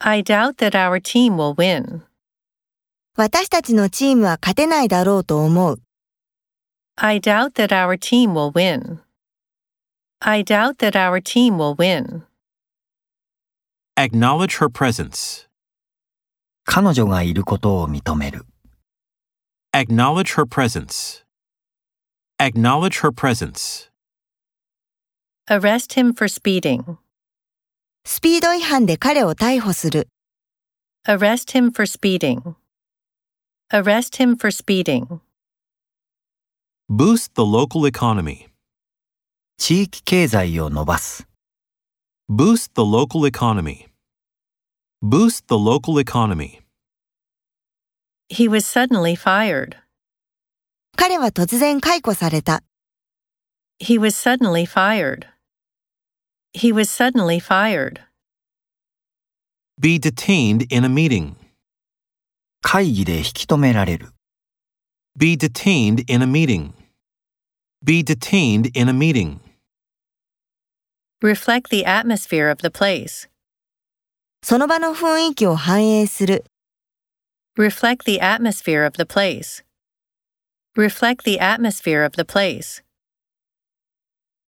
I doubt that our team will win. 私たちのチームは勝てないだろうと思う。 I doubt that our team will win. I doubt that our team will win. Acknowledge her presence. 彼女がいることを認める。 Acknowledge her presence. Acknowledge her presence. Arrest him for speeding. スピード違反で彼を逮捕する。 Arrest him for speeding. Arrest him for speeding. Boost the local economy. 地域経済を伸ばす。 Boost the local economy. Boost the local economy. He was suddenly fired. 彼は突然解雇された。 He was suddenly fired. He was suddenly fired. Be detained in a meeting. 会議で引き止められる。 Be detained in a meeting. Be detained in a meeting. Reflect the atmosphere of the place. その場の雰囲気を反映する。 Reflect the atmosphere of the place. Reflect the atmosphere of the place.